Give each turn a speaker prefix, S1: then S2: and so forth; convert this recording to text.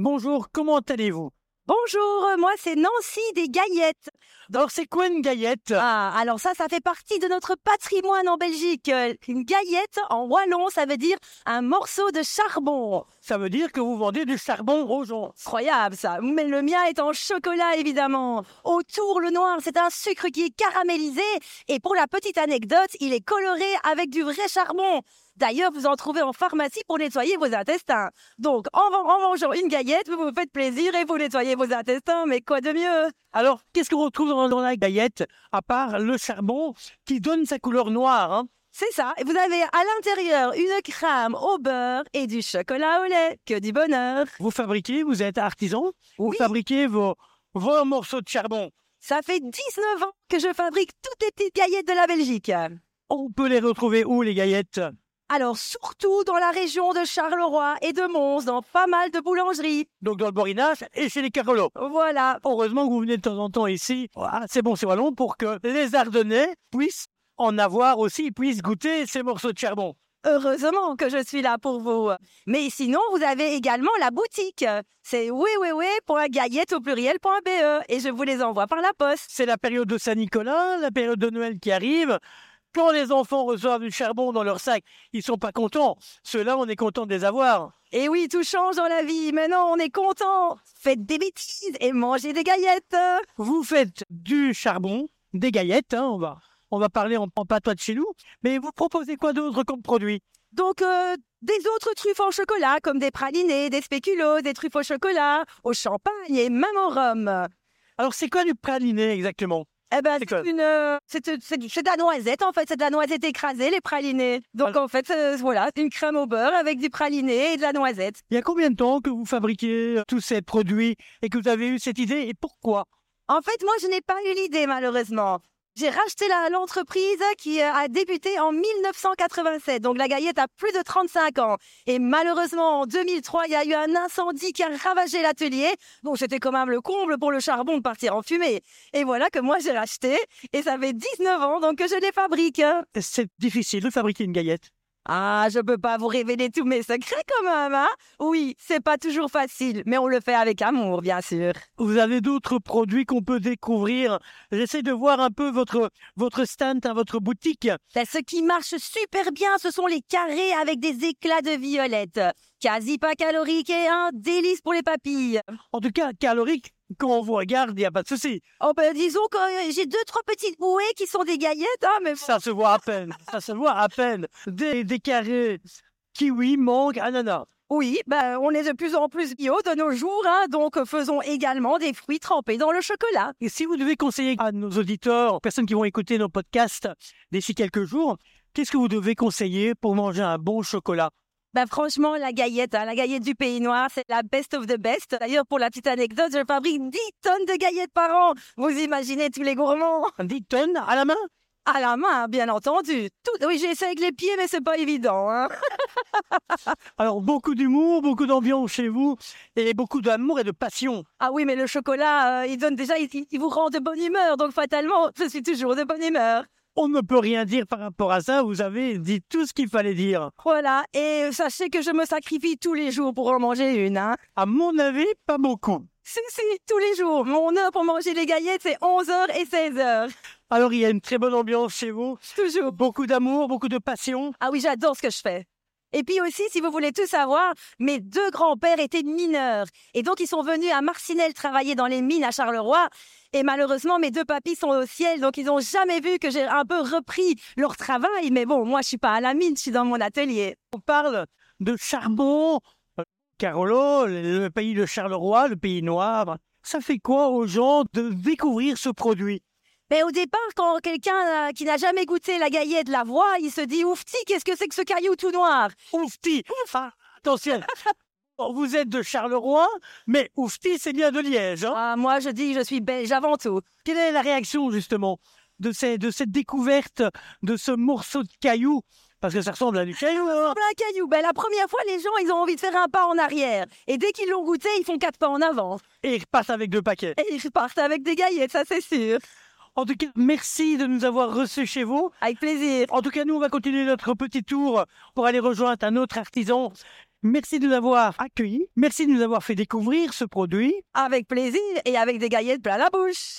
S1: Bonjour, comment allez-vous
S2: Bonjour, euh, moi c'est Nancy des Gaillettes.
S1: Alors, c'est quoi une gaillette
S2: Ah, alors ça, ça fait partie de notre patrimoine en Belgique. Euh, Une gaillette, en wallon, ça veut dire un morceau de charbon.
S1: Ça veut dire que vous vendez du charbon aux gens.
S2: Incroyable ça. Mais le mien est en chocolat évidemment. Autour le noir, c'est un sucre qui est caramélisé et pour la petite anecdote, il est coloré avec du vrai charbon. D'ailleurs, vous en trouvez en pharmacie pour nettoyer vos intestins. Donc, en, ven- en mangeant une gaillette, vous vous faites plaisir et vous nettoyez vos intestins, mais quoi de mieux
S1: Alors, qu'est-ce qu'on retrouve dans, dans la gaillette, à part le charbon qui donne sa couleur noire hein
S2: C'est ça. Et vous avez à l'intérieur une crème au beurre et du chocolat au lait. Que du bonheur
S1: Vous fabriquez, vous êtes artisan, vous
S2: Oui.
S1: fabriquez vos, vos morceaux de charbon.
S2: Ça fait 19 ans que je fabrique toutes les petites gaillettes de la Belgique.
S1: On peut les retrouver où, les gaillettes
S2: Alors surtout dans la région de Charleroi et de Mons, dans pas mal de boulangeries.
S1: Donc, dans le Borinage et chez les Carolos.
S2: Voilà.
S1: Heureusement que vous venez de temps en temps ici. Ah, c'est bon, c'est wallon pour que les Ardennais puissent en avoir aussi, puissent goûter ces morceaux de charbon.
S2: Heureusement que je suis là pour vous. Mais sinon, vous avez également la boutique. C'est gaillette au pluriel.be E et je vous les envoie par la poste.
S1: C'est la période de Saint-Nicolas, la période de Noël qui arrive. Quand les enfants reçoivent du charbon dans leur sac, ils sont pas contents. Ceux-là, on est content de les avoir.
S2: Et oui, tout change dans la vie. Maintenant, on est content. Faites des bêtises et mangez des gaillettes.
S1: Vous faites du charbon, des gaillettes, hein, on va, on va parler en, en patois de chez nous. Mais vous proposez quoi d'autre comme produit
S2: Donc, euh, des autres truffes en chocolat, comme des pralinés, des spéculoos, des truffes au chocolat, au champagne et même au rhum.
S1: Alors, c'est quoi du praliné exactement
S2: Eh ben,
S1: C'est quoi
S2: c'est une, euh, c'est c'est du- c'est de la noisette en fait, c'est de la noisette écrasée, les pralinés. Donc en fait, euh, voilà, une crème au beurre avec du praliné et de la noisette.
S1: Il y a combien de temps que vous fabriquez euh, tous ces produits et que vous avez eu cette idée et pourquoi
S2: En fait, moi, je n'ai pas eu l'idée malheureusement. J'ai racheté la- l'entreprise qui euh, a débuté en 1987, donc la Gaillette a plus de 35 ans. Et malheureusement, en 2003, il y a eu un incendie qui a ravagé l'atelier. Donc c'était quand même le comble pour le charbon de partir en fumée. Et voilà que moi, j'ai racheté et ça fait 19 ans donc que je les fabrique. hein.
S1: C'est difficile de fabriquer une gaillette.
S2: Ah, je peux pas vous révéler tous mes secrets quand même, hein Oui, c'est pas toujours facile, mais on le fait avec amour, bien sûr.
S1: Vous avez d'autres produits qu'on peut découvrir. J'essaie de voir un peu votre, votre stand, hein, votre boutique.
S2: Là, Ben, ce qui marche super bien, ce sont les carrés avec des éclats de violette. Quasi pas calorique et un délice pour les papilles.
S1: En tout cas, calorique, quand on vous regarde, il n'y a pas de souci.
S2: Oh ben, disons que euh, j'ai deux, trois petites bouées qui sont des gaillettes, hein, mais...
S1: Ça se voit à peine. Ça se voit à peine. Des, des carrés, Ah kiwi, mangue, ananas.
S2: Oui, ben, on est de plus en plus bio de nos jours, hein, donc faisons également des fruits trempés dans le chocolat.
S1: Et si vous devez conseiller à nos auditeurs, aux personnes qui vont écouter nos podcasts d'ici quelques jours, qu'est-ce que vous devez conseiller pour manger un bon chocolat
S2: Bah franchement, la gaillette, hein, la gaillette du Pays Noir, c'est la best of the best. D'ailleurs, pour la petite anecdote, je fabrique 10 tonnes de gaillettes par an. Vous imaginez tous les gourmands
S1: 10 tonnes à la main
S2: À la main, bien entendu. Tout... Oui, j'essaie avec les pieds, mais c'est pas évident. hein.
S1: Alors, beaucoup d'humour, beaucoup d'ambiance chez vous et beaucoup d'amour et de passion.
S2: Ah oui, mais le chocolat, euh, il donne déjà, il, il- il vous rend de bonne humeur. Donc fatalement, je suis toujours de bonne humeur.
S1: On ne peut rien dire par rapport à ça. Vous avez dit tout ce qu'il fallait dire.
S2: Voilà, et euh, sachez que je me sacrifie tous les jours pour en manger une. Hein.
S1: À mon avis, pas beaucoup.
S2: Si, si, tous les jours. Mon heure pour manger les gaillettes, c'est 11h et 16h.
S1: Alors, il y a une très bonne ambiance chez vous.
S2: Toujours.
S1: Beaucoup d'amour, beaucoup de passion.
S2: Ah oui, j'adore ce que je fais. Et puis aussi, si vous voulez tout savoir, mes deux grands-pères étaient mineurs. Et donc, ils sont venus à Marcinelle travailler dans les mines à Charleroi. Et malheureusement, mes deux papis sont au ciel, donc ils n'ont jamais vu que j'ai un peu repris leur travail. Mais bon, moi, je suis pas à la mine, je suis dans mon atelier.
S1: On parle de charbon, euh, Carolo, le le pays de Charleroi, le pays noir. Ça fait quoi aux gens de découvrir ce produit
S2: Mais au départ, quand quelqu'un euh, qui n'a jamais goûté la gaillette la voit, il se dit « Oufti, qu'est-ce que c'est que ce caillou tout noir
S1: Oufti Ah, Attention Vous êtes de Charleroi, mais Oufti, c'est bien de Liège. ?» hein.
S2: Ah, moi, je dis « Je suis belge avant tout ».
S1: Quelle est la réaction justement de, ces- de cette découverte de ce morceau de caillou Parce que ça ressemble à du caillou. hein.
S2: Plein caillou. Ben, la première fois, les gens, ils ont envie de faire un pas en arrière. Et dès qu'ils l'ont goûté, ils font quatre pas en avant.
S1: Et il repasse avec deux paquets.
S2: Et ils repartent avec des gaillettes, ça c'est sûr.
S1: En tout cas, merci de nous avoir reçus chez vous.
S2: Avec plaisir.
S1: En tout cas, nous, on va continuer notre petit tour pour aller rejoindre un autre artisan Merci de nous avoir accueillis. Merci de nous avoir fait découvrir ce produit.
S2: Avec plaisir et avec des gaillettes plein la bouche.